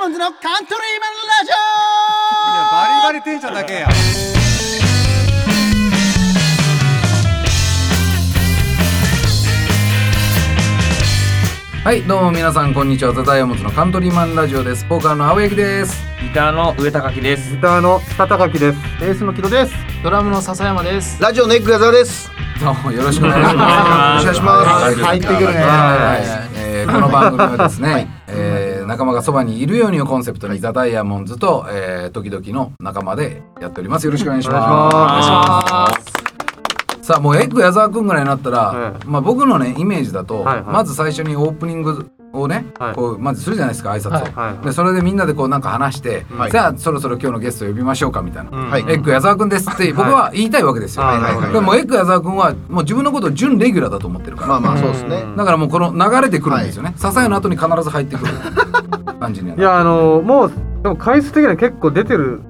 モンズのカントリーマンラジいやバリバリテンションだけやはいどうも皆さんこんにちはザ・ダイヤモンドのカントリーマンラジオですポーカーの青柳ですギターの上高木です。ギターの北高木ですオエースの木戸ですドラムの笹山です。ラジオネック矢沢です。どうもよろしくお願いしますお願いします入ってくるねはいえーこの番組はですね、えー仲間がそばにいるようにをコンセプトに、ザ・ダイヤモンズと、えー、時々の仲間でやっておりますよろしくお願いしますさあもうエッグ矢沢くんぐらいになったら、まあ、僕のねイメージだと、はいはいまず最初にオープニングをね、はいこうまずするじゃないですか挨拶を、はいはいでそれでみんなでこうなんか話して、はいじゃあそろそろ今日のゲスト呼びましょうかみたいな、はいエッグ矢沢くんですって僕は言いたいわけですよ、はいはいはいでもエッグ矢沢くんはもう自分のことを準レギュラーだと思ってるから、まあまあそうですね。だからもうこの流れてくるんですよね、支えの後に必ず入ってくる感じになるいやあのーもうでも回数的には結構出てる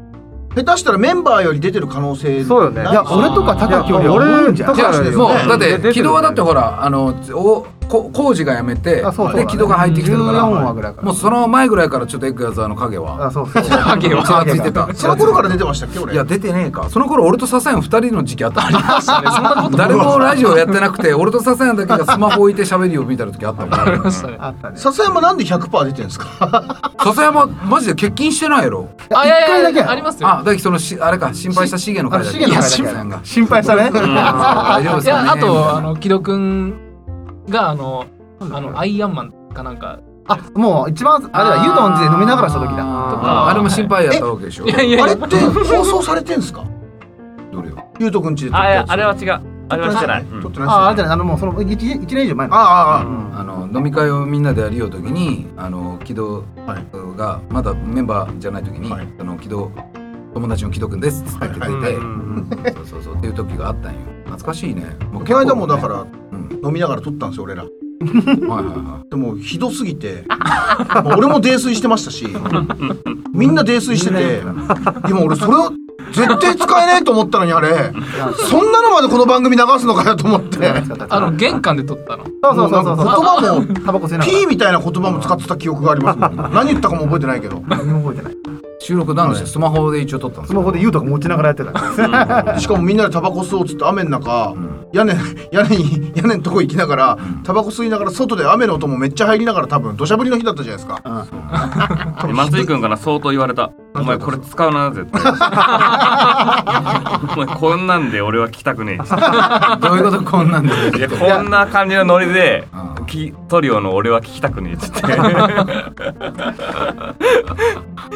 下手したらメンバーより出てる可能性。そうよねないや俺とか高木よりは多いんじゃんいや高橋ですもようねだっ出てるよてね木戸はだってほらあのおこ工事が辞めてあそうそうで木戸が入ってきてるから14話ぐらいからもうその前ぐらいからちょっとエッグやつあの影はあ、そうそう。影はついてたその頃から出てましたっけ俺。いや出てねえかその頃俺と笹山二人の時期あったありましたね誰もラジオやってなくて俺と笹山だけがスマホ置いて喋るよみたいな時あったもんあったね。笹山なんで100%出てるんですか。笹山マジで欠勤してないやろあ、いやいやいや一回だけありますよ。あだけどそのしあれか心配した重野の会だあ重野の会だけいや重野が心配したねあ大丈夫ですいや、かあねと、あの、木戸くんが、あの、あの、アイアンマンかなんか。もう一番あれだ湯のんじで飲みながらした時だあかーあれも心配やったわけでしょいやいや いあやれって放送されてんですか。どれよゆうとくんちで撮ったあ、いややつ。あれは違う。あれはしてない。撮ってない。ああれじゃない。ないあのもうその1年以上前のあーあーああの飲み会をみんなでやるよ時にあの木戸がまだメンバーじゃない時に、はいあの木戸友達の木戸くんですっつって言ってくれて、うんそうそうそうっていう時があったんよ懐かしいねー。もう、この間もだかららうん、飲みながら撮ったんですよ俺ら。はいはいはでもひどすぎて、まあ俺も泥酔してましたし、みんな泥酔してて、今俺それを絶対使えないと思ったのにあれ、そんなのまでこの番組流すのかよと思って、あの、玄関で撮ったの。そうそうそうそう言そう葉もタバコ吸いなピがらーみたいな言葉も使ってた記憶があります もん。何言ったかも覚えてないけど。何も覚えてないい収録ダウンしてスマホで一応撮ったんですスマホで湯とか持ちながらやってたしかもみんなでタバコ吸おうっつって雨の中ん、屋根屋根に屋根のとこ行きながらタバコ吸いながら外で雨の音もめっちゃ入りながら多分土砂降りの日だったじゃないですか。松井くんから相当言われた。お前これ使うな絶対。お前こんなんで俺は聞きたくねどういうことこんなんで え。いやこんな感じのノリであーきトリオの俺は聞きたくねえっつって。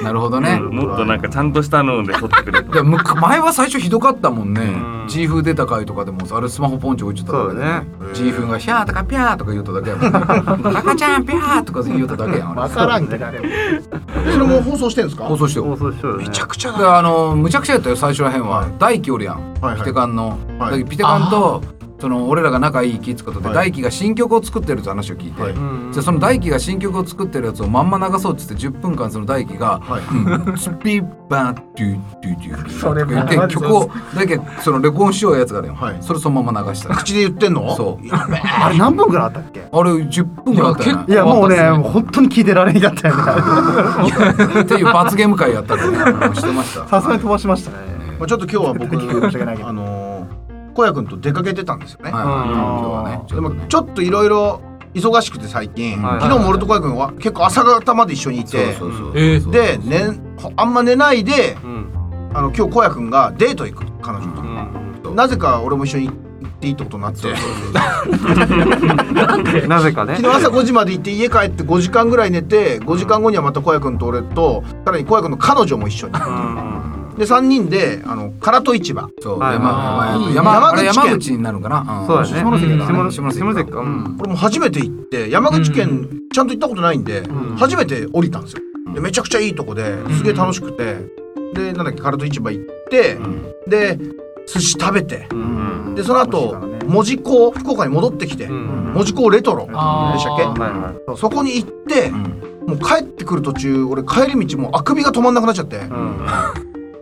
なるほどね、もっとなんかちゃんとしたので撮ってくれと。いやむ前は最初ひどかったもんねん G 風出た回とかでもあれスマホポンチ置いちゃっただけでそうだね G 風が「ヒャー」とか「ピャー」とか言うただ けやもんね「赤ちゃんピャー」とか言うただけやんあれからんけどあれそれも放送してんですか。放送してよ送しようよねめちゃくちゃであのむちゃくちゃやったよ最初らへんは大輝おるやんはいはいピテカンのはいだけどピテカンとその俺らが仲いいキッズことではい大輝が新曲を作ってるって話を聞いはていじゃあその大輝が新曲を作ってるやつをまんま流そうっつって10分間その大輝がはい「スピッバードゥドゥドゥ」それも言って曲を大輝がそのレコーンしようやつがあるやんはいそれそのまま流した口で言ってんのそうあれ何分ぐらいあったっけあれ10分ぐらいあったよいいねやもうねもう本当に聞いてられんかったよねっていう罰ゲーム会やったりねあのしてましたさすがに飛ばしましたねまあ、ちょっと今日は 僕聞くかもしれないけどあのー、小屋君と出かけてたんですよね。はいはいうん今日ではねもちょっといろいろ忙しくて最近、はい昨日も俺と小屋君は結構朝方まで一緒にいてそうそうそうえーで、ね、あんま寝ないでうんあの今日小屋君がデート行く彼女と、うんなぜか俺も一緒に行っていいってことになって昨うんなぜかね日朝5時まで行って家帰って5時間ぐらい寝て5時間後にはまた小屋君と俺とさらに小屋君の彼女も一緒にうんで3人であの唐戸市場そう、はい山はい山山あれ口県山口になるかな。んそうだね下関だからね下下関かうんこれも初めて行って山口県ちゃんと行ったことないんで、ん初めて降りたんですよでめちゃくちゃいいとこですげえ楽しくて、でなんだっけカルト市場行って、で寿司食べてうんでその後美味しいからね門司港福岡に戻ってきて、うん門司港レトロであーしたっはいはいけそこに行って、もう帰ってくる途中俺帰り道もうあくびが止まんなくなっちゃってうん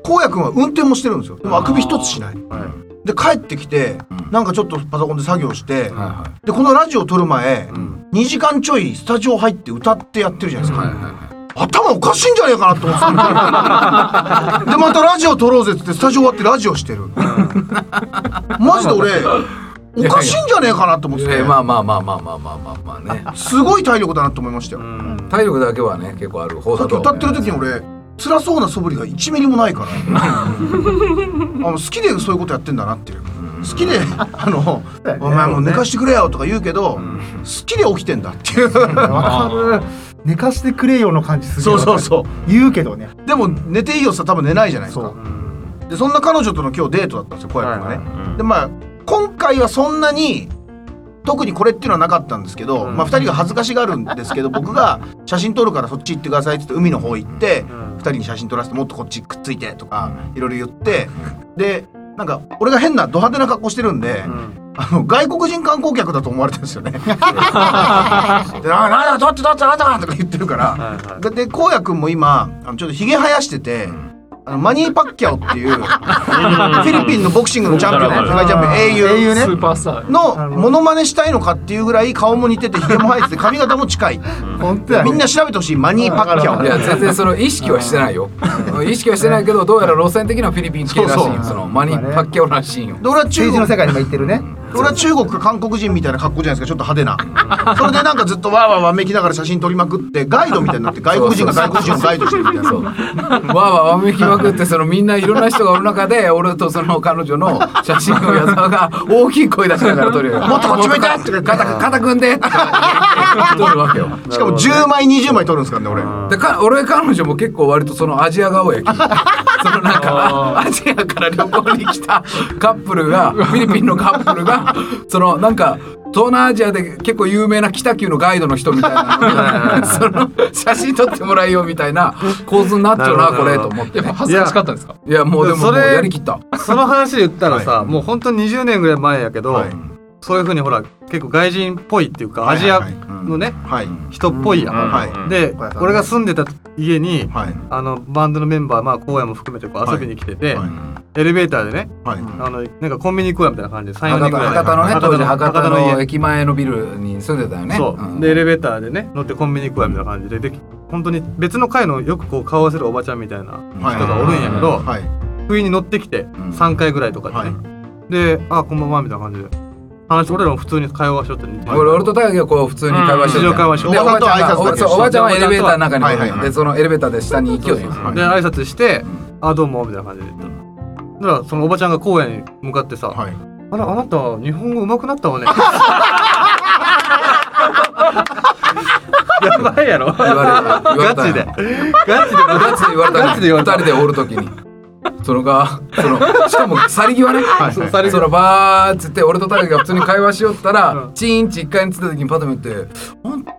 こうやくんは運転もしてるんですよでもあくび一つしないはいで帰ってきて、うんなんかちょっとパソコンで作業して、はいはでこのラジオ撮る前、うん2時間ちょいスタジオ入って歌ってやってるじゃないですか、いはいはいはい。頭おかしいんじゃねえかなと思ってたでまたラジオ撮ろうぜっつってスタジオ終わってラジオしてるマジで俺おかしいんじゃねえかなと思っててえーまあまあまあまあまあまあまあまあまあねすごい体力だなと思いましたよ、体力だけはね結構ある方さだっきと歌ってる時に俺辛そうな素振りが1ミリもない からあの好きでそういうことやってんだなっていう好きで「あのお前もう寝かしてくれよ」とか言うけど好きで起きてんだっていうわかる寝かしてくれよの感じする そうそうそう言うけどねでも寝ていいよってさ多分寝ないじゃないですそかうでそんな彼女との今日デートだったんですよ小籔がね、でまあ今回はそんなに特にこれっていうのはなかったんですけど、まあ、2人が恥ずかしがるんですけど僕が「写真撮るからそっち行ってください」っつって海の方行って、2人に写真撮らせてもっとこっちくっついてとかいろいろ言ってでなんか俺が変なド派手な格好してるんで、あの外国人観光客だと思われてるんですよね。で「あなんだどっちどっちあんた!」とか言ってるから。ででこうやくんも今あのちょっとひげ生やしてて、あのマニー・パッキャオっていうフィリピンのボクシングのチャンピオンうん世界チャンピオン英雄英雄ねスーパースターのモノマネしたいのかっていうぐらい顔も似ててひげも生えてて髪型も近い本当やみんな調べてほしいマニー・パッキャオいや全然その意識はしてないよ意識はしてないけどどうやら路線的にはフィリピン系らしいそうそようそのマニパッキャオらしいよで俺は中政治国の世界にも行ってるね俺は中国か韓国人みたいな格好じゃないですかちょっと派手なそれでなんかずっとわーわーわめきながら写真撮りまくってガイドみたいにな って外国人が外国人をガイドしてるみたいなそうわーわーわめきまくってそのみんないろんな人がおる中で俺とその彼女の写真を矢沢が大きい声出しながら撮るよもっとこっち向いてもっとこっち肩肩組んでって撮るわけよしかも10枚20枚撮るんですからね俺。でか俺彼女も結構割とそのアジア顔 やきそのなんかアジアから旅行に来たカップルがフィリピンのカップルがそのなんか東南アジアで結構有名な北九のガイドの人みたいなその写真撮ってもらえようみたいな構図になっちゃうなこれと思ってやっぱ恥ずかしかったんですかいやもうでももそうれやりきったその話で言ったらさ、もう本当に20年ぐらい前やけど、はいそういうふうにほら結構外人っぽいっていうかアジアはいはいのね、はい人っぽいやん。はいで、はい俺が住んでた家にはいあのバンドのメンバーまあ荒野も含めてこう遊びに来てて、はいエレベーターでねはいあのなんかコンビニ行こうやみたいな感じで34博人ぐ多らい博多のね当時博多博多のの家駅前のビルに住んでたよねそう、んでエレベーターでね乗ってコンビニ行こうやみたいな感じでで本当に別の階のよくこう顔合わせるおばちゃんみたいなはい人がおるんやけど、はい不意に乗ってきてん3回ぐらいとかでね、で「あこんばんは」みたいな感じで話俺らも普通に会話しよって似て俺俺と大輝がこう普通に会話して日常会話してでおばちゃんがおばちゃんと挨拶だけしてそうおばちゃんはエレベーターの中におはるいはいはいでそのエレベーターで下に行きようよで挨拶して「あどうも」みたいな感じで言ったのだからそのおばちゃんが荒野に向かってさ「はいあらあなた日本語上手くなったわ ね」やばいやろ言われた言われガたチでガチでガチで言われたガチで言われた2人でおる時にそのがそのしかも去り際ねそうされそるのバーっつって俺と大輝が普通に会話しよったらチーンチ1回につった時にパッと見て「あんた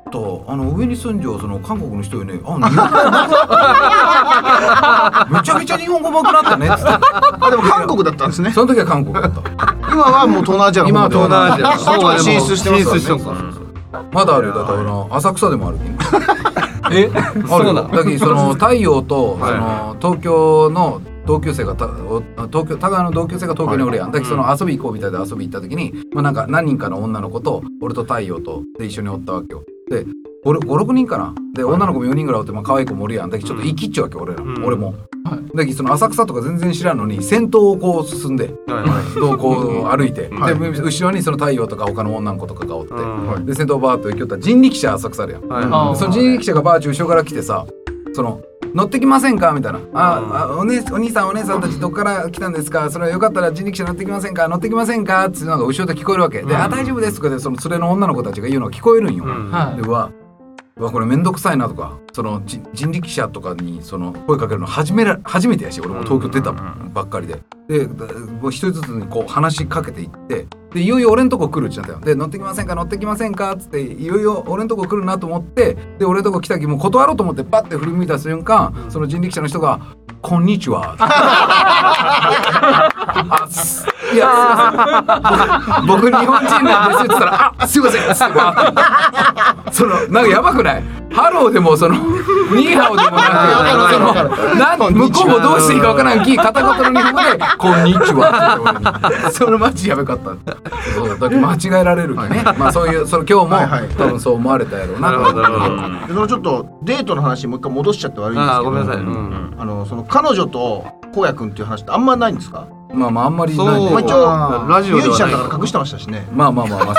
あの上に住んじゃうその韓国の人よねあ日本語めちゃめちゃ日本語上手くなったね」っつってあでも韓国だったんですねその時は韓国だった今はもう東南アジアの今方はで 東南アこジアっちまで進出してますからね進出しとんかまだあるよだってあの浅草でもあ るけんえあるそうよなだのけどそ の太陽とそのは東京の同級生がたお東京高の同級生が東京におるやん、だけどその遊び行こうみたいで遊び行った時に、まあ、なんか何人かの女の子と俺と太陽とで一緒におったわけよで56人かなで女の子も4人ぐらいおって、まあ可愛い子もおるやんだけどちょっと生きっちゃうわけ俺ら、うん俺も、だけどその浅草とか全然知らんのに先頭をこう進んでどうこう歩いて、はいで後ろにその太陽とか他の女の子とかがおって、うんで先頭バーッと行きよったら人力車浅草あるやん、はいあーその人力車がバーッと後ろから来てさその乗ってきませんかみたいな「あ、あおね、お兄さんお姉さんたちどっから来たんですかそれはよかったら人力車乗ってきませんか乗ってきませんか?」っていうのが後ろで聞こえるわけで「あ大丈夫です」とかでその連れの女の子たちが言うのが聞こえるんよ。うんはでうわうわこれ面倒くさいなとかそのじ人力車とかにその声かけるの初めら初めてやし俺も東京出たばっかりで。でだもう一人ずつにこう話しかけていってでいよいよ俺んとこ来るってなったよ。で乗ってきませんか乗ってきませんかっつっていよいよ俺んとこ来るなと思ってで俺んとこ来た時もう断ろうと思ってパッて振り向いた瞬間、その人力車の人が「こんにちは」あすいや、すいません。僕、僕日本人なんですって言ったら、あ、すいません。すいません。その、なんかやばくないハローでも、その、ニーハオでもわかなるわく、その、なん向こうもどうしていいかわからんき、片言の日本語で、こんにちはって言って俺に。そのマジやばかった。そうだ、だって間違えられるきね。まあ、そういう、その今はい日はいも、多分そう思われたやろうな。なるほどなるほでどそのちょっとデートの話にもう一回戻しちゃって悪いんですあけーごどめんなさい、ううんんあのその彼女と荒野君っていう話ってあんまないんですかまあまあ、あんまりないねそうまあ一応ラジオミでュージはシャなンだいから隠してましたしねまあまあまあま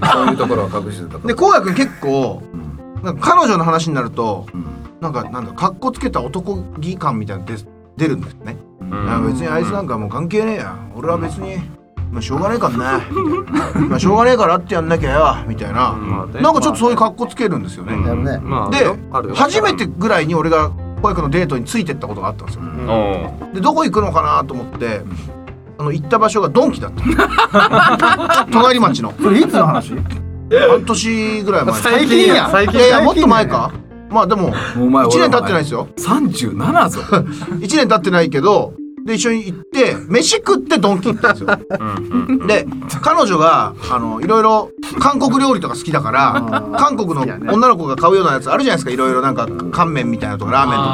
あ、そういうところは隠してたかでら。荒野君結構なんか彼女の話になるとうんなんかなんだかっこつけた男気感みたいなの出出るんですね、うんいや別にあいつなんかもう関係ねえや俺は別に、まあ、しょうがねえからねまあしょうがねえからってやんなきゃよみたいな、まあねなんかちょっとそういうかっこつけるんですよね、うんやるね。まあであるよあるよ初めてぐらいに俺が小池のデートについてったことがあったんですよ、おおでどこ行くのかなと思ってあの行った場所がドンキだった隣町のそれいつの話？半年ぐらい前最近や最近いやいやもっと前かまあでも1お前年経ってないですよ三十七ぞ。 1年経ってないけどで一緒に行って飯食ってドンキ行ったんですようんで彼女があのいろいろ韓国料理とか好きだから韓国の女の子が買うようなやつあるじゃないですかいろいろなんか乾麺みたいなとかラーメンと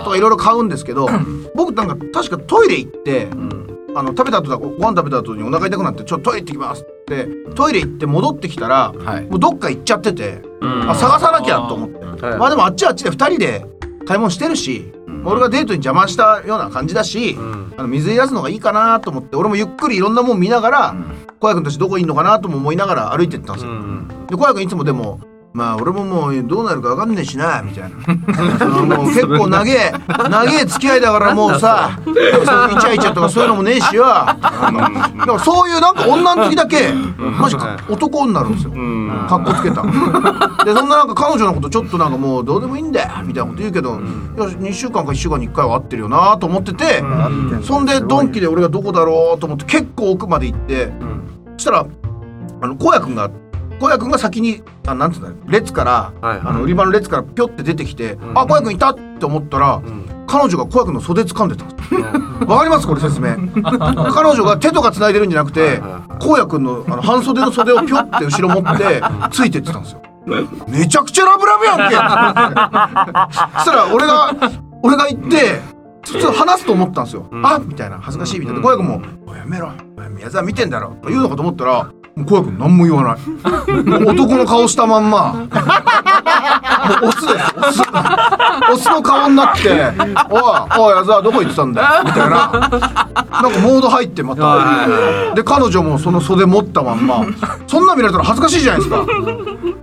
かとかいろいろ買うんですけど僕なんか確かトイレ行ってあの食べた後だご飯食べた後にお腹痛くなって「ちょっとトイレ行ってきます」ってトイレ行って戻ってきたらはい。もうどっか行っちゃっててうんあ探さなきゃと思ってはいまあでもあっちはあっちで2人で買い物してるし俺がデートに邪魔したような感じだし。うんあの水入らすのがいいかなと思って俺もゆっくりいろんなもん見ながら小谷君たちどこいんのかなとも思いながら歩いてったんですうよ。んで小谷君いつもでも「まあ俺ももうどうなるか分かんねえしな」みたいなそのもう結構長え長え付き合いだからもうさそうイチャイチャとかそういうのもねえしよだからそういうなんか女の時だけマジか男になるんですよ。うんかっこつけたでそんななんか彼女のことちょっとなんかもうどうでもいいんだよみたいなこと言うけど、いや2週間か1週間に1回は会ってるよなと思ってて、そんでドンキで俺がどこだろうと思って結構奥まで行って、そしたらあの荒野君が荒野君が先にあなんて言うんだろう列から、はいはいあの売り場の列からピョって出てきて、んあ荒野君いたって思ったら、ん彼女が荒野君の袖掴んでたんですわかりますこれ説 明彼女が手とか繋いでるんじゃなくて荒野くんのあの半袖の袖をピョって後ろ持ってついてってたんですよめちゃくちゃラブラブやんけそしたら俺が俺が行って普通話すと思ったんですよ、あみたいな恥ずかしいみたいな荒野くんも「おいやめろおい宮沢見てんだろ」とか言うのかと思ったらもう荒野くん何も言わない男の顔したまんまもうオスですオスオスの顔になって「おいおい矢沢どこ行ってたんだよ」みたいななんかモード入ってまたで彼女もその袖持ったまんまそんなん見られたら恥ずかしいじゃないですか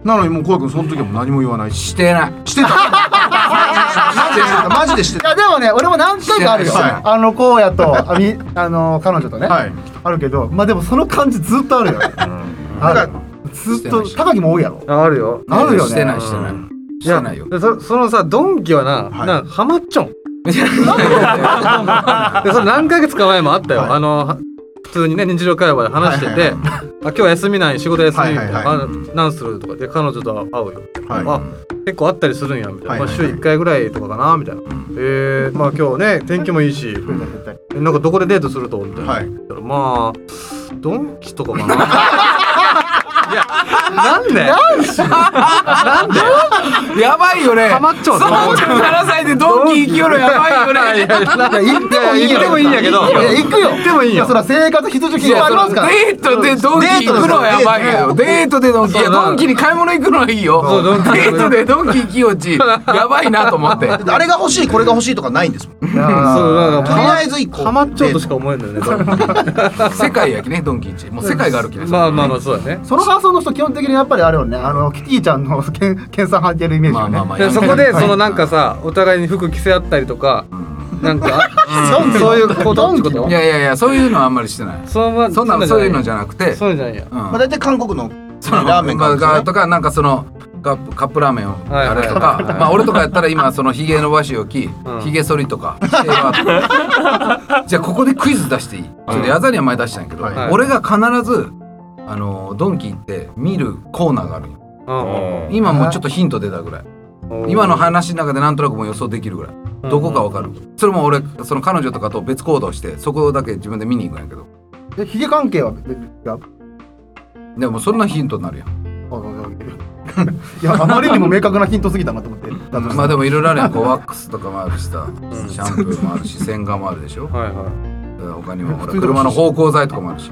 なのにもう小く君その時はもう何も言わないししてない。してたマジでしてたマジでしていやでもね、俺も何回かあるよ。してないしてあの荒野とあみあの彼女とね、たはいあるけど、まあでもその感じずっとあるよ。あなんるかずっと高木も多いやろ。ああるよあるよねしてないしてない。してないよ。でそそのさドンキはな、はいなハマっちょんでそれ何ヶ月か前もあったよ、はいあのは普通にね日常会話で話してて、はいはいあ今日休みない仕事休みみたいな、はいはいあなんするとかで彼女と会うよ、はいあ結構あったりするんやみたいな、はいはいはいまあ、週1回ぐらいとかかなみたいな、えー、まあ今日ね天気もいいしなんかどこでデートするとみたいな、はいまあドンキとかかないやなんで やばいよね。ハマっちょん三十七歳でドンキ行きよるやばいよね。いや行ってもい行ってもいいよ。いんやけどいや行くよ。行ってもいいよやそら生活必需い品はやあそりのますから。デートでドンキ行くのはやばいよデートでドンキいやドンキに買い物行くのはいいよそうドンキデートでドンキ行きよ ちやばいなと思ってだってあれが欲しいこれが欲しいとかないんですもんとそうなんりかあえず一個ハマっちゃうとしか思えんだよね。世界やきねドンキ一もう世界があるきねまあまあまあそうだね。その感想の人基本的にやっぱりあれよね、あのキティちゃんの けん研鑽入ってるイメージまあよね。まあまあでそこでそのなんかさお互いに服着せ合ったりとかなんかうんそういうことってこドンとい。やいやいやそういうのはあんまりしてないそのまそんなそういうのじゃゃなくてそういうのじゃんや。うんまあ、大体韓国のそのラーメンがあるんですよねとかなんかそのカップカップラーメンをはいあれとか、はいはいまあ俺とかやったら今そのひげ伸ばしをき、んひげ剃りとかしてはじゃあここでクイズ出していいちょっと矢沢には前出したんやけど、はい俺が必ずあのドンキ行って見るコーナーがあるんようん今もうちょっとヒント出たぐらい今の話の中でなんとなくもう予想できるぐらいどこかわかるそれも俺その彼女とかと別行動してそこだけ自分で見に行くんやけどでヒゲ関係は別に違うでもそんなヒントになるやんあそうそういやあまりにも明確なヒントすぎたなと思ってだとしてまあでもいろいろあるやんこうワックスとかもあるしさシャンプーもあるし洗顔もあるでしょはいは他にもほら車の芳香剤とかもあるし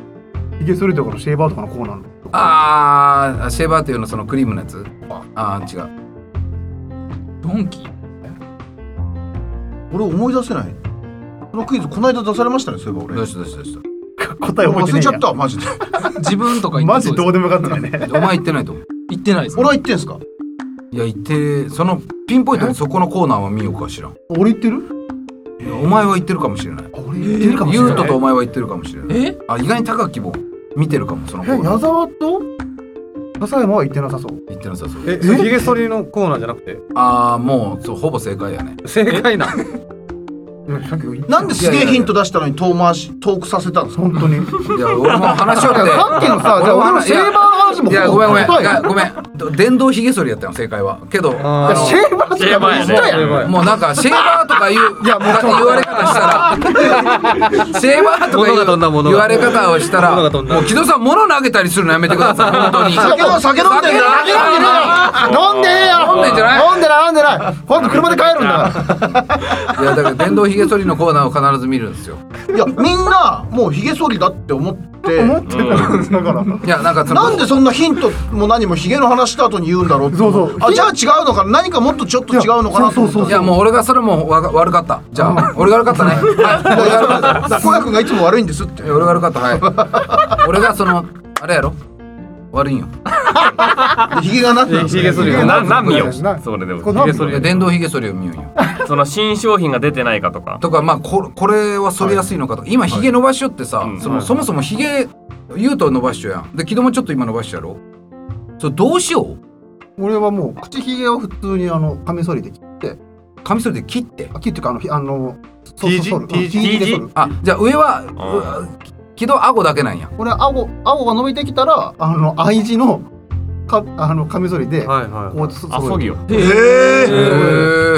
ヒゲ剃りとかのシェーバーとかのこうなのあーシェーバーっていうのそのクリームのやつああ違うドンキ俺思い出せないこのクイズこの間出されましたねそういえばど俺うしたどうしたどうし答え覚えて忘ねれえちやゃったマ ジで自分とか言ってマそジうですどうでもよかったよねたお前行ってないと思う言ってないです俺は言ってんすかいや行ってそのピンポイントでそこのコーナーは見ようか知らん俺言ってるいやお前は行ってるかもしれない俺言ってるかもしれユないートとお前は行ってるかもしれないえあ意外に高木も見てるかもそのコえーナ矢ー沢と笹山は言ってなさそう行ってなさそうい。え、それヒゲ剃りのコーナーじゃなくて、ああもうそうほぼ正解 やね正解な。なんですげえヒント出したのに遠回し遠くさせたんですか本当にい いや俺も話しようっやてさっきのさじゃあ俺のシェーバーの 話もいやほごぼめんごめん答えいやごめんど電動ひげ剃りやったの正解はけどあーあのシェーバーシェーバーやねとか言ったやんもうなんかシェーバーと かいうか言われ方 したらシェーバーとか物が飛んだいう物が言われ方をしたら物が飛んだもう木戸さん物投げたりするのやめてください本 当に酒飲酒飲んでんだ酒飲んでんだ飲んでねえよ飲んでんじゃない飲んでない飲んでないほんと車で帰るんだいやだから電動ひげ剃りのコーナーを必ず見るんですよいやみんなもうヒゲ剃りだって思って思ってただからいやなんかそのなんでそんなヒントも何もヒゲの話した後に言うんだろうってそうそうあじゃあ違うのかな何かもっとちょっと違うのかなと思ったそうそういやもう俺がそれもわが悪かったじゃあ俺が悪かったねはい 俺が悪かった小屋君がいつも悪いんですっていや俺が悪かったはい俺がそのあれやろ悪いんよヒゲがなってたんですヒゲ剃りがな、なんみよな。それでも。これヒゲ剃いやり電動ひげ剃りを見よんよその新商品が出てないかとか。とかまあここれは剃りやすいのかとか今ひげ伸ばしよってさ、うんそのそもそもひげ言うと伸ばしよやんで木戸もちょっと今伸ばしよやろそれどうしよう俺はもう口ひげを普通にあのカミソリで切ってカミソリで切ってあ切っていうかあのひあのそう T 字そうそう T 字 T 字で剃るあじゃあ上はあう木戸顎だけなんや俺は顎顎が伸びてきたらあの I 字のかあのカミソリではいはこうそあ、そぎよ。えへー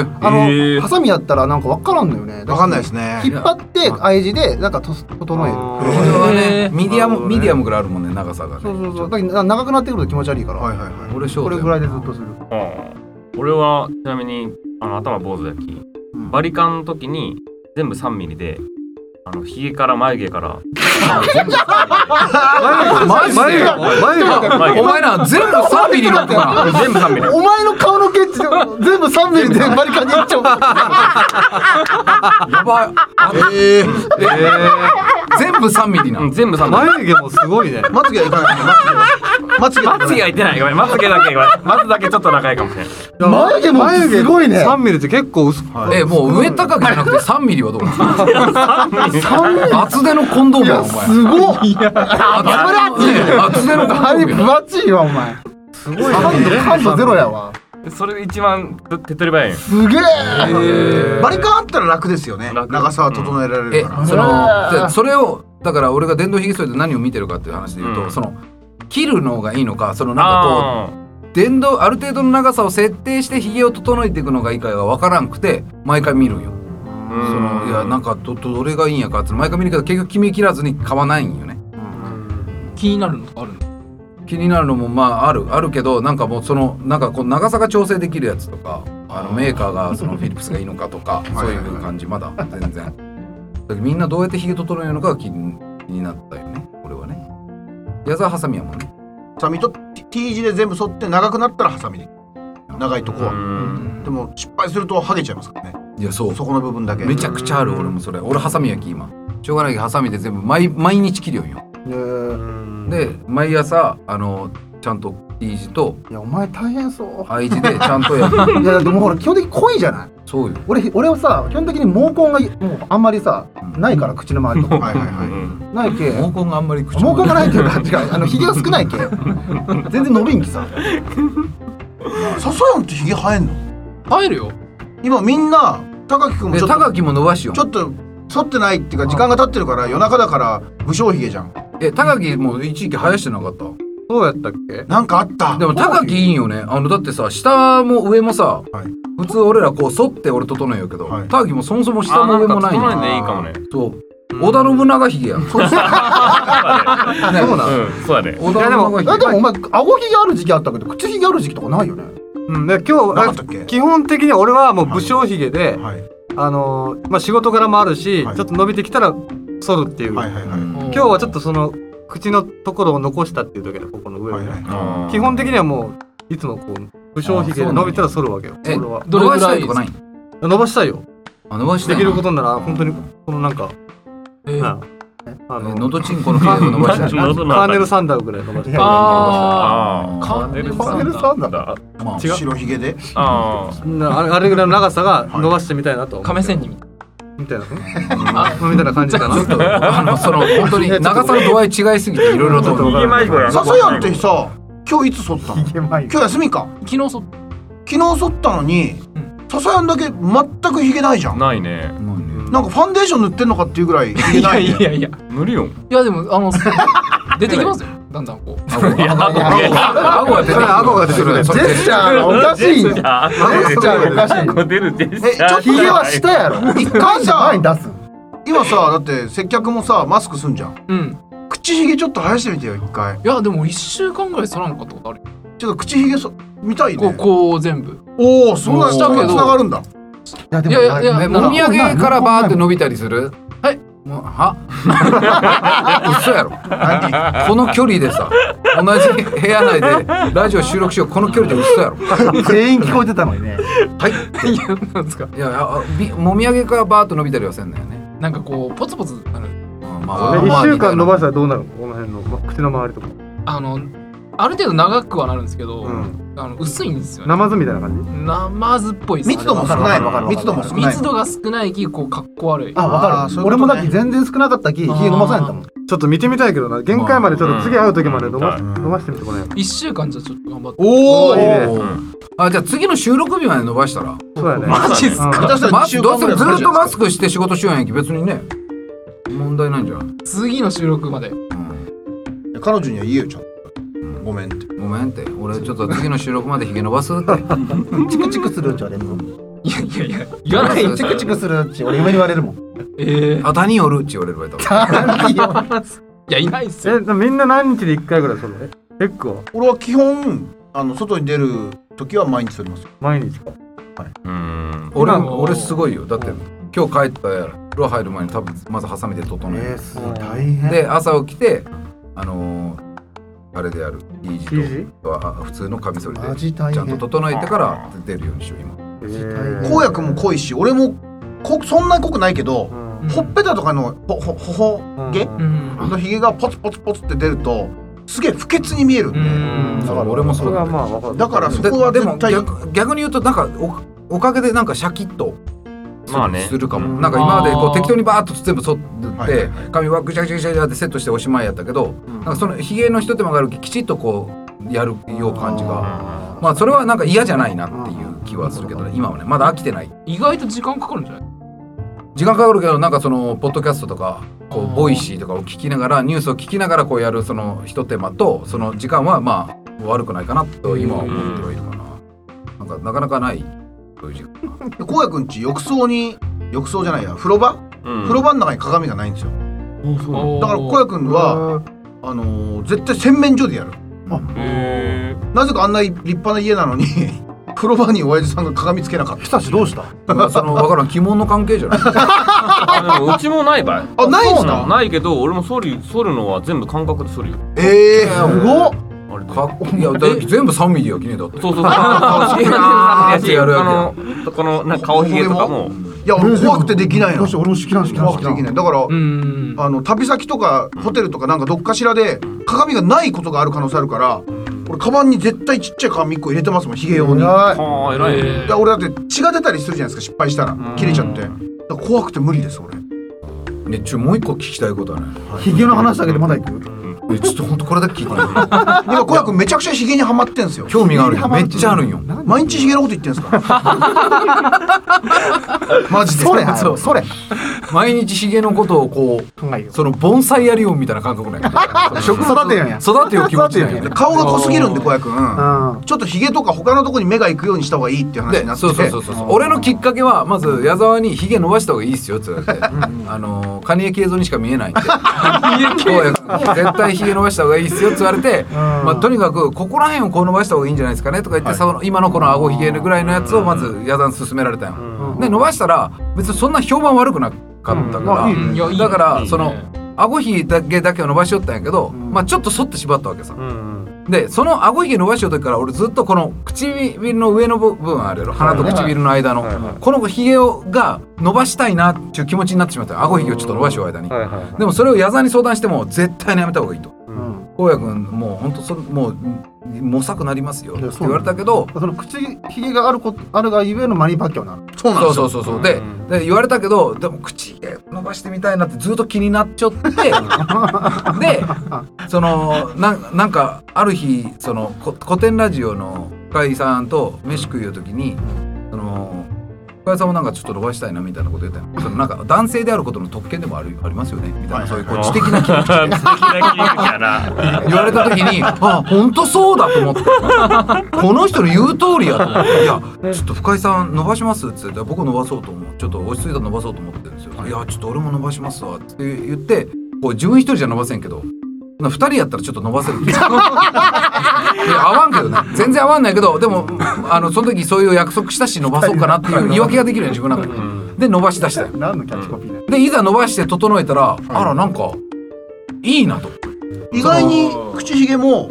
えあの、へーハサミやったらなんかわからんのよね。分かんないですね引っ張って I 字でなんかと整える。これい。はへねーミディアム、なるほどねミディアムぐらいあるもんね長さがねそうそうそう。だけどな長くなってくると気持ち悪いから。はいはいはい俺ショートこれぐいらいでずっとする。うん俺はちなみにあの頭坊主やき、んバリカンの時に全部3ミリであのひげから眉毛からマジで前が前が眉お前ら全部サービリのかな毛全部3ミリお前の顔のケチ全部3ミリでバリカンにいっちゃう。やばいあえええー全部3ミリなうんの全部3ミリ眉毛もすごいね。まつげはいかないまつげはまつげはいてないごめんまつげだけごめんまつだけちょっと長いかもしれない眉毛もすごいね3ミリって結構薄く。えもう上高くじゃなくて3ミリはどうなの3ミリ。厚手のコンドームいややお前すご厚い。手の厚手のコンドあーれムや分厚いわお前。すごいね。感度感度ゼロやわ。それ一番手っ取り早いんよすげえ。バリカンあったら楽ですよね楽長さは整えられえるからそうのわーでそれをだから俺が電動ひげ剃りで何を見てるかっていう話で言うと、うんその切るのがいいのかそのなんかあこう電動ある程度の長さを設定してひげを整えていくのがいいかが分からんくて毎回見るんよ。あそのいやなんかどどれがいいんやかって毎回見るけど結局決め切らずに買わないんよね。気になるのとかあるんだ気になるのもまああるあるけどなんかもうそのなんかこう長さが調整できるやつとかあのメーカーがそのフィリップスがいいのかと かそういう感じまだ全然みんなどうやってひげ整えるのかが気に気になったよね俺はね矢沢ハサミやもんねハサミと T- T 字で全部剃って長くなったらハサミで長いとこうはんでも失敗するとハゲちゃいますからねいやそうそこの部分だけめちゃくちゃある俺もそれ俺ハサミやき今しょうがないけどハサミで全部毎毎日切るよんよで毎朝あのちゃんと T 字といやお前大変そう。 I 字でちゃんとやる いやでもほら基本的に濃いじゃない。そうよ俺俺はさ基本的に毛根がもうあんまりさないから口の周りとかはいはいはういんないけ毛根があんまり口毛根がないっていうか違うあのひげが少ないけ全然伸びんきさ笹山ってヒゲ生えんの入るよ今みんな高木君もでちょっと高木も伸ばしよんちょっと剃ってないっていうか時間が経ってるから夜中だから武将髭じゃんえ高木も一時期生やしてなかったそうやったっけ？なんかあったでも高木いいんよねあのだってさ下も上もさ、はい普通俺らこう反って俺整えようけど、はい高木もそもそもあ下なも上んかもない整えんのでいいかもねそう織田信長ひげやん。そうそうななのうん、そうやで。織田信え長でひもお前顎ひげある時期あったけど口ひげある時期とかないよねうん、で今なかった日っけ基本的に俺はもう武将ひげで、はいあのーまあ、仕事柄もあるし、はいちょっと伸びてきたら剃るっていう、はいはいはいうん今日はちょっとその口のところを残したっていうだけでここの上をはいね、はい基本的にはもういつもこう武将ひげで伸びたら剃るわけよえ俺はどれ伸ばぐしたらいいとかない伸ばしたいよあ伸ばしたでいきることなら本当にこのなんか、えーなああえののどちんこのひげを伸ばしたいなカーネル・サンダーぐらい伸ばしたいあーあーカーネルさんカーネルさんだだ。まあ違う白ひげであーなあれあれぐらいの長さが伸ばしてみたいなと思う、亀仙人みたいみたいなね、まあみたいな感じかなちょっとあのその本当に長さの度合い違いすぎていろいろとちょっとわかんない笹谷ってさ今日いつ剃ったのひげまい今日休みかな昨日そ昨日剃ったのにん笹谷だけ全くひげないじゃんないね。なんかファンデーション塗ってんのかっていうぐらいひげいなやいいねやいや塗るよ。いやでもあの 出てきますよだんだんこう顎が出てくる顎が出てくるねジェスチャーがおかしいジよェジスチャーェスチャーがおかしいよこう出るジェスチャーえちょっとひげは下やろ一回さ前に出す今さだって接客もさマスクすんじゃんうん口ひげちょっと生やしてみてよ一回いやでも一週間ぐらい剃らなかったことあるよちょっと口ひげそ見たいこうねこう全部おおそうなんしたけどつながるんだいやでいやいやいやねなもんみかあげからバーって伸びたりするはいもうは 嘘やろ何この距離でさ同じ部屋内でラジオ収録しようこの距離で嘘やろ全員聞こえてたのにねいやなんですかいやいやあびもみあげからバーッと伸びたりはせんのよねなんかこうポツポツなるうんまで俺も一週みたいな間伸ばしたらどうなるのこの辺の、ま、口の周りとか、あのある程度長くはなるんですけど、うん、あの薄いんですよねナマズみたいな感じナマズっぽいです密度も少わなかいるわかるわか密る度も少ない密度が少ないきこうかっこ悪いああーわかそうるいうことね俺もだって全然少なかったきひげ伸ばさないんだもんちょっと見てみたいけどな限界までちょっと次会う時まで伸ば,、う伸ばしてみてこない一週間じゃちょっと頑張っておおいいねおーあじゃあ次の収録日まで伸ばしたらそうやねマジっすかうん下手したらマ2ス週間どうせぐらいかかるずっじゃとんマスクして仕事しようやんけ別にね問題ないんじゃない、次の収録までうん彼女には言えよちゃんとごめんってごめんって俺ちょっと次の収録までひげ伸ばすってチクチクするうちはねいやいやいや言わないよチクチクするうち俺嫁に言われるもんええあ他人よるって言われるわよ多分いいよいやいないっすよえみんな何日で一回ぐらいそのえ結構俺は基本あの外に出る時は毎日剃ります毎日かうん。俺今もも俺すごいよだって今日帰ったやら風呂入る前に多分まずハサミで整ええーすごい大変で朝起きてあのーあれでやる T 字 T 字とはあ普通のカミソリでマちジ大ゃんと変整えてから出るようにしよう今ええー公約も濃いし俺もこそんなに濃くないけどうんうんほっぺたとかのほほほほ毛うんうんのひげがポツポツポツって出るとすげえ不潔に見えるんうで、んそう俺もそそれうだっはたまあわかるだからそでこはでも絶対逆逆に言うとなんかおおかげでなんかシャキッとまあね。するかも、うんなんか今までこあうー適当にバーッと全部剃って、はいはいは髪はぐちゃぐちゃぐちゃぐちゃってセットしておしまいやったけど、なんかそのひげのひと手間があるききちっとこうやるよう感じがまあそれはなんか嫌じゃないなっていう気はするけど、ね、今はねまだ飽きてない意外と時間かかるんじゃない時間かかるけどなんかそのポッドキャストとかこうボイシーとかを聞きながらニュースを聞きながらこうやるそのひと手間とその時間はまあ悪くないかなと今は思ってはいるかな。なんかなかなかないそういう時間こうやくんち浴槽に浴槽じゃないや風呂場、うん風呂場の中に鏡がないんですよだからこう声やくんはあのー絶対洗面所でやるへなぜかあんな立派な家なのに 風呂場に親父さんが鏡つけなかった久しどうしたまあその分からん鬼門の関係じゃないーあでもうちもないばい。あないんすなかないけど俺も剃る剃るのは全部感覚で剃るよ。ええやすごっあれでかっいやだ全部3ミリやきねだってそうそうそう。 ああーーやるやるあのこのなんか顔ひげとかも。いや俺怖くてできないどのうして俺も好きなん好きなん怖好くてきなでんきないだから、うんあの旅先とかホテルとかなんかどっかしらで鏡がないことがある可能性あるから俺カバンに絶対ちっちゃい鏡1個入れてますもんヒゲ用に。偉いああ偉いね。いや俺だって血が出たりするじゃないですか失敗したら切れちゃってだから怖くて無理です俺ねちょもう一個聞きたいことはねひげの話だけでまだ行くうんえちょっと本当これだけ聞いてみて今小屋君めちゃくちゃヒゲにはまってんすよ興味があるよめっちゃあるんよ毎日ヒゲのこと言ってんすか マジでそれあそうのそれ毎日ひげのことをこう考えようその盆栽やりよみたいな感覚なんや植物育てよんや育てよ気持ちなん育てよやんや顔が濃すぎるんで小屋君うんちょっとヒゲとか他のとこに目が行くようにした方がいいっていう話でになってそうそうそうそうそう俺のきっかけはまず矢沢にひげ伸ばした方がいいっすよって言われてあのーカニエ系像にしか見えないんでそうや絶対ひげ伸ばした方がいいっすよって言われて、まあ、とにかくここら辺をこう伸ばした方がいいんじゃないですかねとか言って、その今のこの顎ひげぐらいのやつをまず矢沢に勧められたんよ、で伸ばしたら別にそんな評判悪くなかったから、うんいやいいねだからいいねその顎ひげだけだけを伸ばしよったんやけど、まあちょっと反ってしまったわけさ、でその顎ひげ伸ばしよった時から俺ずっとこの唇の上の部分あるやろ鼻と唇の間の、このひげをが伸ばしたいなっていう気持ちになってしまったよ顎ひげをちょっと伸ばしよう間に、はいはいでもそれを矢沢に相談しても絶対にやめた方がいいとうん「荒野君もうほんとそもう模索なりますよ」って言われたけどその口ひげがあることあるがゆえのマニパッキャオなのそうなんそでうすそようそうそうでで言われたけどでも口伸ばしてみたいなってずっと気になっちゃって でそのななんかある日そのこ古典ラジオの深井さんと飯食いようときにその深井さんもなんかちょっと伸ばしたいなみたいなこと言ったよそのなんか男性であることの特権でもあるありますよねみたいなそういうこう知的な気持ち 素敵な気分やな。言われた時 にあ本当そうだと思ってこの人の言う通りやと思って「いやちょっと深井さん伸ばします」っつって「僕伸ばそうと思うちょっと落ち着いたら伸ばそうと思ってるんですよ」いやちょっと俺も伸ばしますわ」って言ってこう自分一人じゃ伸ばせんけど。な二人やったらちょっと伸ばせるい や合わんけどね全然合わんないけどでもあのその時そういう約束したし伸ばそうかなっていう言い訳ができるよね自分の中でで伸ばし出したよ何のキャッチコピーだよでいざ伸ばして整えたらあらなんかいいなと意外に口ひげも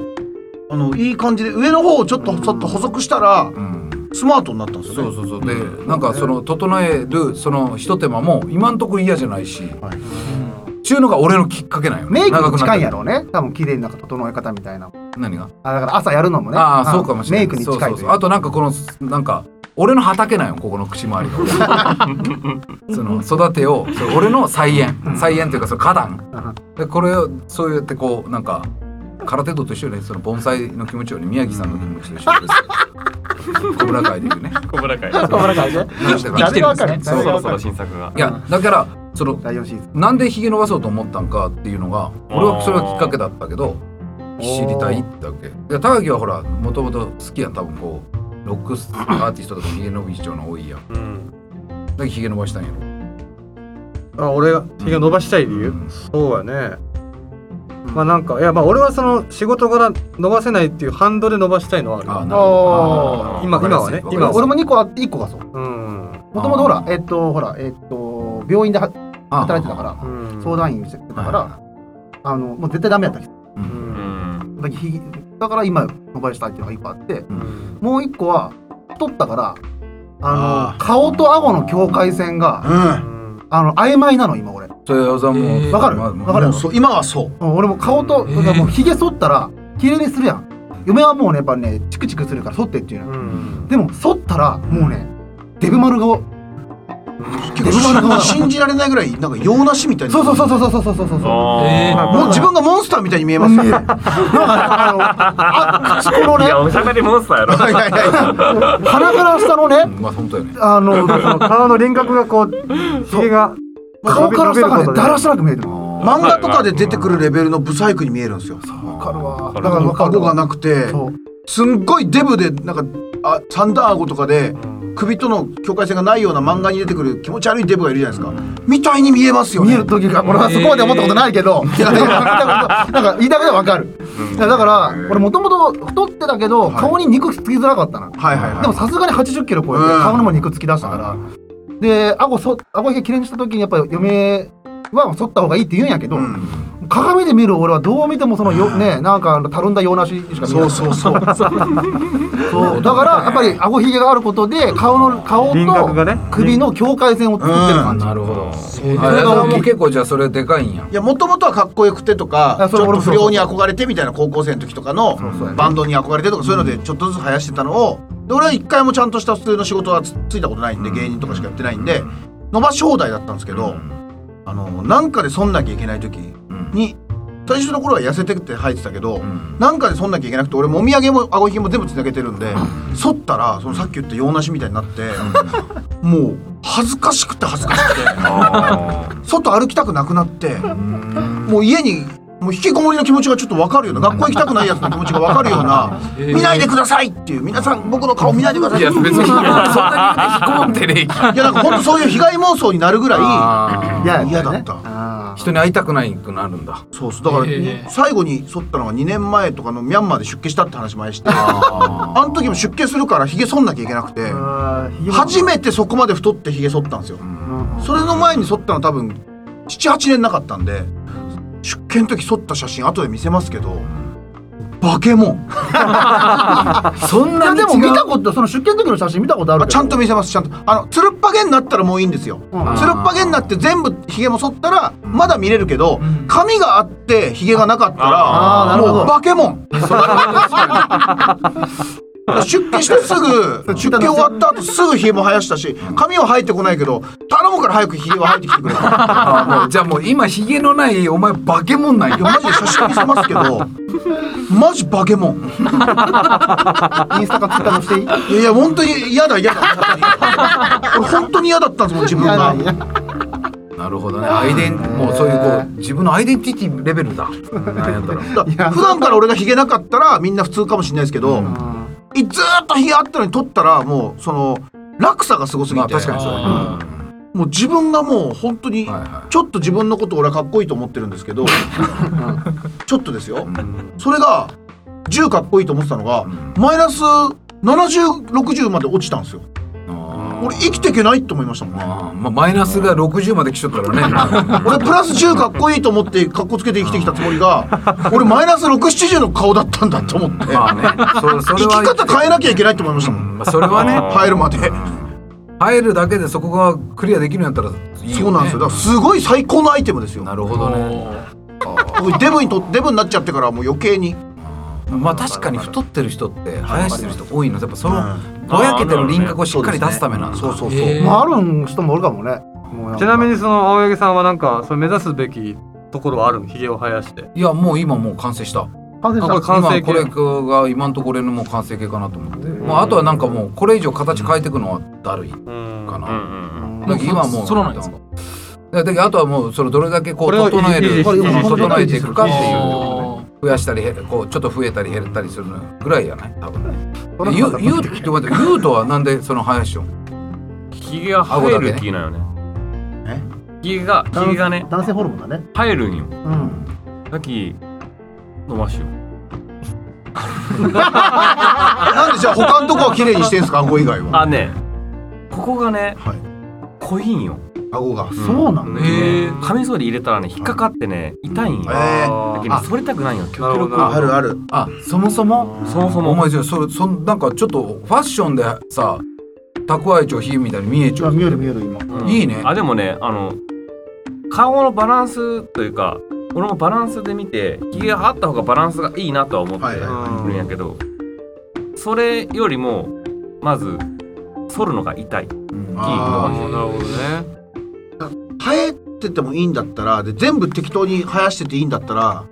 あのいい感じで上の方をちょっとちょっと細くしたらうんスマートになったんですそようねそうそうでなんかその整えるそのひと手間も今んとこ嫌じゃないし、はいうんちゅうのが俺のきっかけなんよメイクに近いんやろろうね多分綺麗になんか整え方みたいな何があだから朝やるのもねああそうかもしれないメイクに近いといそううそうそうあとなんかこのなんか俺の畑なんよここの口周りが その育てをそう俺の菜園菜園というかその花壇でこれをそうやってこうなんか空手道と一緒よねその盆栽の気持ちより宮城さんの気持ちと一緒です小村会で いうね小村会。小村会でなんていうか生きてるんですねそ誰がろそわかろる新作がい。やだからその第4シーズンなんでひげ伸ばそうと思ったんかっていうのが俺はそれがきっかけだったけど知りたいってわけで高木はほらもともと好きやん多分こうロックスアーティストとかひげ伸びしちゃうの多いやんだけどひげ伸ばしたんやろあ俺がひげ伸ばしたい理由、うんそうやねまあなんかいやまあ俺はその仕事柄伸ばせないっていう反動で伸ばしたいのはあるああなるあほど今今はね今は俺もね2個あって1個がそうもうんともとほらえっとほらえっと病院では働いてたからうん相談員してたからあのもう絶対ダメやったけどううんうん。だけどひだから今伸ばしたいっていうのが1個あってうんもう1個は太ったからあのあ顔と顎の境界線がうあの曖昧なの今俺それはさもえうーわかるまあわかんもるうそう今はそううん俺も顔とえーだからもうひげ剃ったら綺麗にするやん嫁はもうねやっぱねチクチクするから剃ってっていうのうんでも剃ったらもうねデブ丸顔結構信じられないぐらいなんか用なしみたいなそうそうそうそうそうそうそうそうそうえーもう自分がモンスターみたいに見えますよねいあ口このいねや、おしゃべりモンスターやろ。 やいやいや鼻から下のうんねまあ本当よねあのその顔の輪郭がこうひげが顔から下伸がびることねでだらしなく見えてるわ漫画とかで出てくるレベルのブサイクに見えるんですよかるわだかだかららわか顎るがわなくてそうすんごいデブでなんかあサンダー顎とかで首との境界線がないような漫画に出てくる気持ち悪いデブがいるじゃないですかみたいに見えますよ見ねえる時が俺はそこまで思ったことないけどいやいやなんか言いたくはわかるいやだから俺もともと太ってたけどはい顔に肉つきづらかったなはいはいはいでもさすがに80キロ超えてうん顔にも肉つき出したから、で顎そ顎ひげきれいにした時にやっぱ嫁は剃った方がいいって言うんやけど、うん鏡で見る俺はどう見てもそのよ、ねなんかあのたるんだようなしにしか見えそなそいううそうそうだからやっぱり顎ひげがあることで顔の顔輪郭がとね首の境界線を作ってる感じ、なるほどうあれはもう結構じゃあそれでかいんやいやもともとはかっこよくてとかあちそょれっ俺ともそ不う良に憧れてみたいな高校生の時とかのそうやねバンドに憧れてとかそういうのでちょっとずつ生やしてたのをで俺は一回もちゃんとした普通の仕事はつついたことないんで芸人とかしかやってないんで伸ばし放題だったんですけどあのなんかで損なきゃいけない時に最初の頃は痩せてって入ってたけど、んなんかでそんなきゃいけなくて俺もみあげも顎ひげも全部つなげてるんで、剃ったらそのさっき言った洋梨みたいになって、もう恥ずかしくて恥ずかしくて外歩きたくなくなって、もう家にもう引きこもりの気持ちがちょっと分かるような学校行きたくないやつの気持ちが分かるような、見ないでくださいっていう皆さん僕の顔見ないでくださいいや別に そんなに引きこもってねえいやなんか本当そういう被害妄想になるぐらいいや嫌だった。あ人に会いたくないくなるんだそうそうだから、ええ最後に剃ったのが2年前とかのミャンマーで出家したって話前してああの時も出家するからひげ剃んなきゃいけなくてー初めてそこまで太ってひげ剃ったんですよ、それの前に剃ったの多分78年なかったんで出家の時剃った写真後で見せますけど化け物そんいなやにで違うも見たことその出家の時の写真見たことあるあけどちゃんと見せますちゃんとあのつるっぱげになったらもういいんですよつうんるっぱげになって全部ひげも剃ったらまだ見れるけどん髪があってひげがなかったあーならるほどもう化 け物出家してすぐ出家終わった後すぐひげも生やしたし髪は生えてこないけど頼むから早くひげは生えてきてくれいや あもうじゃあもう今ヒゲのないお前化け物なんよマジで写真見せますけどマジ化け物インスタかツイッターのしていいいやいや本当に嫌だ嫌だ俺本当に嫌だったんですもん自分が。 なるほどねアイデンもうそういうこう自分のアイデンティティレベルだなん やったらだ普段から俺がヒゲなかったらみんな普通かもしれないですけど、いずーっとヒゲあったのに取ったらもうその落差がすごすぎまあて、確かにそうだねあもう自分がもう本当にはいはちょっと自分のこと俺はかっこいいと思ってるんですけど、ちょっとですよ、んそれが10かっこいいと思ってたのが、マイナス7060まで落ちたんですよあ俺生きていけないって思いましたもんねーまあマイナスが60まで来ちゃった らね 俺プラス10かっこいいと思ってかっこつけて生きてきたつもりが俺マイナス670の顔だったんだと思ってまあねそそ生れきは方変えなきゃいけないって思いましたもんまあそれはね入るまで。入るだけでそこがクリアできるんやったらいいよ、ね、そうなんですよ。だからすごい最高のアイテムですよ。なるほどね僕デブにとデブになっちゃってからもう余計に。まあ確かに太ってる人って生やしてる人多いのやっぱそのうぼやけてる輪郭をしっかり出すためなんだそうそうそう。えーまああるん人もおるかもねもうやっぱちなみにその青柳さんはなんかその目指すべきところはあるのひげを生やしていやもう今もう完成した完成しあこれた完成今これが今のところのもう完成形かなと思ってもうあとはなんかもうこれ以上形変えていくのはだるいかうんな、うんだから今もうそらないんですかだからあとはもうそれどれだけこうこれを整えいいいるいそいいの整えていくかってあいうー増やしたりへこうちょっと増えたり減ったりするのぐらいやない多分それゆうゆうって待ってゆうとはなんでその林をひげが生える気なんよねひげがひげがね男性ホルモンだね生えるんようんさっき伸ばしようなんでじゃあ他のとこは綺麗にしてんすか顎以外は。あねここがねはい。濃いんよ顎が。そうなのんへーカミソリ入れたらね引っかかってね痛いんよえだけどあねそれたくないんよ極なるほど力なあるある。あそもそもそもそおも前じゃあそれそんなんかちょっとファッションでさ蓄えちょうひみたいに見えちいょやう見える見える今うんいいねあでもねあの顔のバランスというか俺もバランスで見てひげがあった方がバランスがいいなとは思ってはいはいはいるんやけどそれよりもまず剃るのが痛いああーなるほどね生えててもいいんだったらで全部適当に生やしてていいんだったら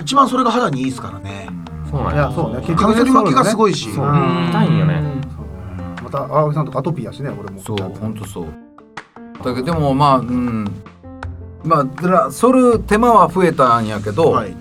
一番それが肌にいいですからね。そうなんいややそうね結カミソリ巻きがすごいし。そうまん痛いんよねまた青木さんとかアトピーやしね俺もそうほんとそうだけどでもまあうんまあだから剃る手間は増えたんやけど、はい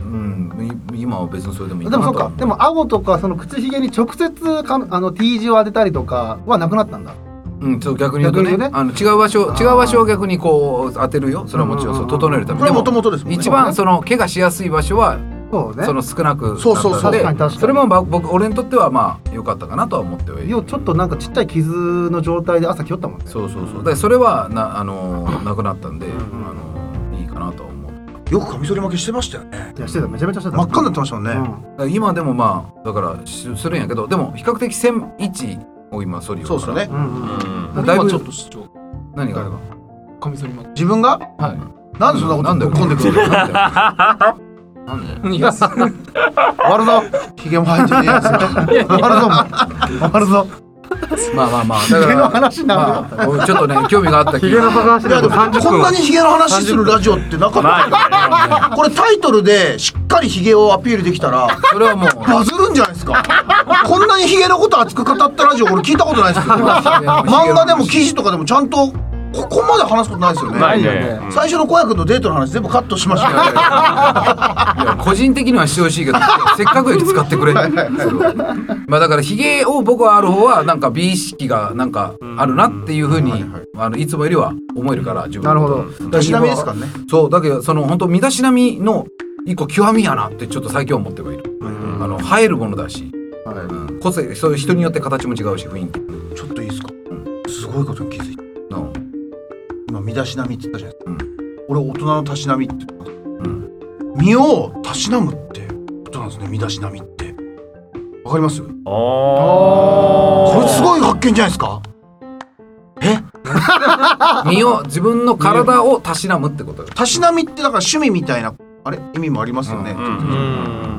うんい今は別にそれでもいいでなもそとうかは思でも顎とかその口ひげに直接かあの T 字を当てたりとかはなくなったんだうん、そう逆に言うとね逆に言うとあの違う場所違う場所を逆にこう当てるよそれはもちろんそう整えるためこれもとでももとですもんね。一番その怪我しやすい場所はそうねその少なくなったのでそうそうそう確かに確かにそれもば僕俺にとってはまあ良かったかなとは思ってはいる要はちょっとなんかちっちゃい傷の状態で朝来よったもんねそうそうそうだからそれはなあのーなくなったんで、あのーいいかなとは思うだよくカミソリ巻きしてましたよね。いやしてためちゃめちゃしてた真っ赤になってましたもんね。うんから今でもまあだからしするんやけどでも比較的線位置を今ソリをそうですよね。うんうんうんだいぶ今ちょっと主張何があればカミソリ巻自分がはなんでそんなことぶっ込んでくるの。なんだよいいやそ割るぞ。ひげも生えてねえやつが。あるぞあるぞまあまあまあだから話にならなかった。まあちょっとね興味があったヒ気ゲのが高橋いやででもも30こん分なにヒゲの話するラジオってなかないったこれタイトルでしっかりヒゲをアピールできたらそれはもうバズるんじゃないですかこんなにヒゲのこと熱く語ったラジオ俺聞いたことないですけど漫画でも記事とかでもちゃんとここまで話すことないですよねないねうん最初の小屋君のデートの話全部カットしましたよいや個人的にはしてほしいけどせっかくやき使ってくれるまあだからひげを僕はある方はなんか美意識がなんかあるなっていうふうに、あのいつもよりは思えるから自分なるほどだしなみですからねそうだけどその本当身だしなみの一個極みやなってちょっと最近思ってはいる、あの生えるものだし、うん個性そういう人によって形も違うし雰囲気ちょっといいですかすごいことに気づいたの今身だしなみって言ったじゃないですか、俺大人のたしなみって言ってます、身をたしなむってことなんですね身だしなみってわかりますこれすごい発見じゃないですか身を自分の体をたしなむってことたしなみってだから趣味みたいなあれ意味もありますよね、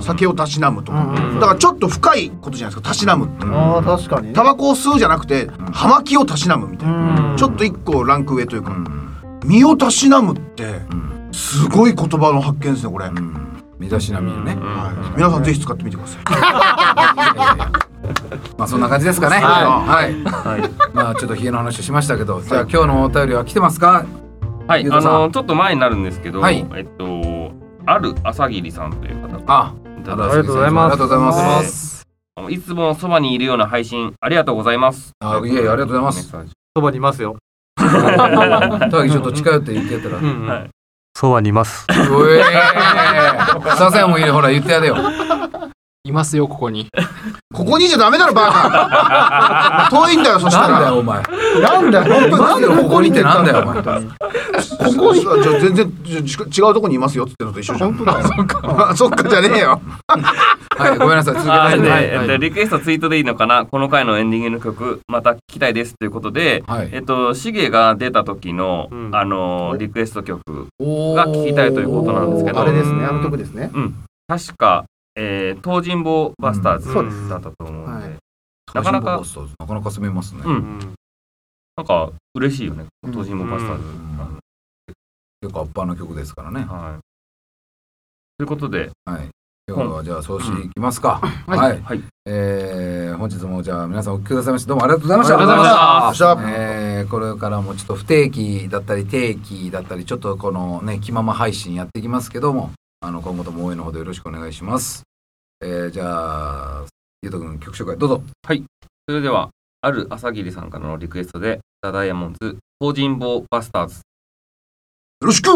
酒をたしなむとか、だからちょっと深いことじゃないですかたしなむってああ確かに。タバコを吸うじゃなくて葉巻をたしなむみたいなちょっと一個ランク上というか、身をたしなむってすごい言葉の発見ですねこれ、身だしなみをね、いはい、皆さんぜひ使ってみてくださいやいやまあそんな感じですかねはい、はいまあちょっとヒゲの話をしましたけど、じゃあ今日のお便りは来てますか。はい、ゆうあとさんのちょっと前になるんですけど、はいえっとある朝霧さんという方あ、たありがとうございますありがとうございあます。す。いつもそばにいるような配信ありがとうございます。あいえいえありがとうございますメッセージ。そばにいますよ高木ちょっと近寄って言ってやったら。ううんはいそばにいますえー、笹谷もいるほら言ってやれよ。いますよここにここにいちゃダメだろバカ 遠いんだよそしたなんだらよお前。なんだよ。マジでここにってなんだよお前。ここにじゃあ全然じゃち違うとこにいますよっつってのと一緒じゃん。本当だ よ。そっか。そっかじゃねえよ。はいごめんなさい続けてあーで、はいえっと、リクエストツイートでいいのかなこの回のエンディングの曲また聞きたいですということで、はいえっとシゲが出た時の、うんあのリクエスト曲おーが聞きたいということなんですけどあれですねあの曲ですね。確か、えー、東尋坊バスターズだったと思うんで、なかなかなかなか攻めますね。うんなんか嬉しいよね東尋坊バスターズ、結構アッパーの曲ですからね。はいということではい。今日はじゃあそうしていきますか。はい。はいえー本日もじゃあ皆さんお聞きくださいましてどうもありがとうございました。ありがとうございました明日。えーこれからもちょっと不定期だったり定期だったりちょっとこのね気まま配信やっていきますけどもあの今後とも応援のほどよろしくお願いします、えーじゃあゆうとくん曲紹介どうぞそれではある朝霧さんからのリクエストで「ザ・ダイヤモンズ東尋坊バスターズ」よろしく。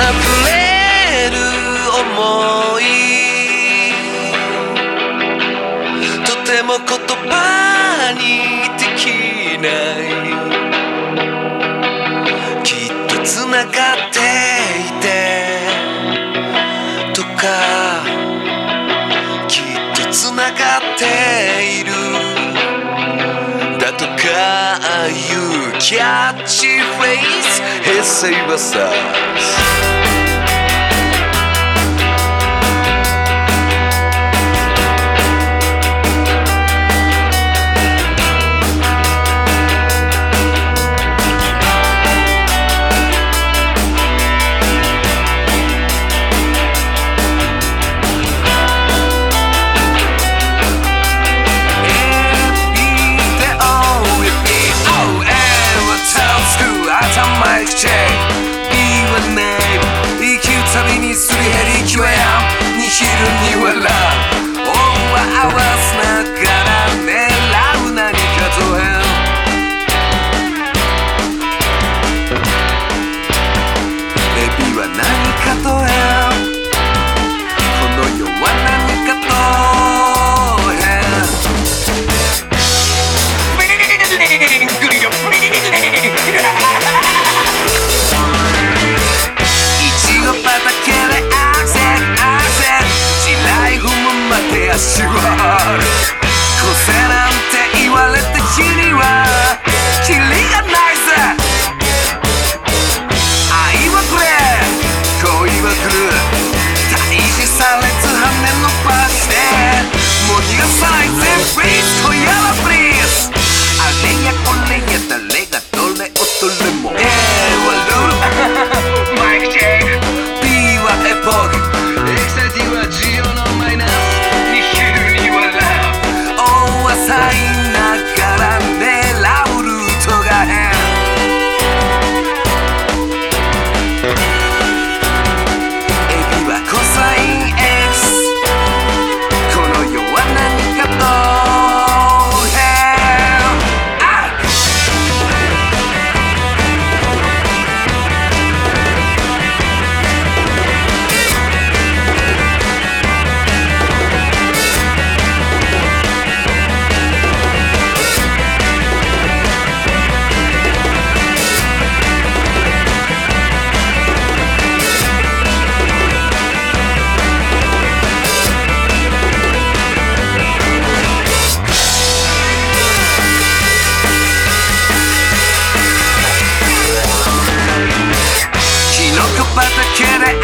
溢れる想いとても言葉にできないきっとつながっていてとかきっとつながっているだとかああいうキャッチフレーズ平成バサーズ何かと変この世は何かと変 Bing, bing, けで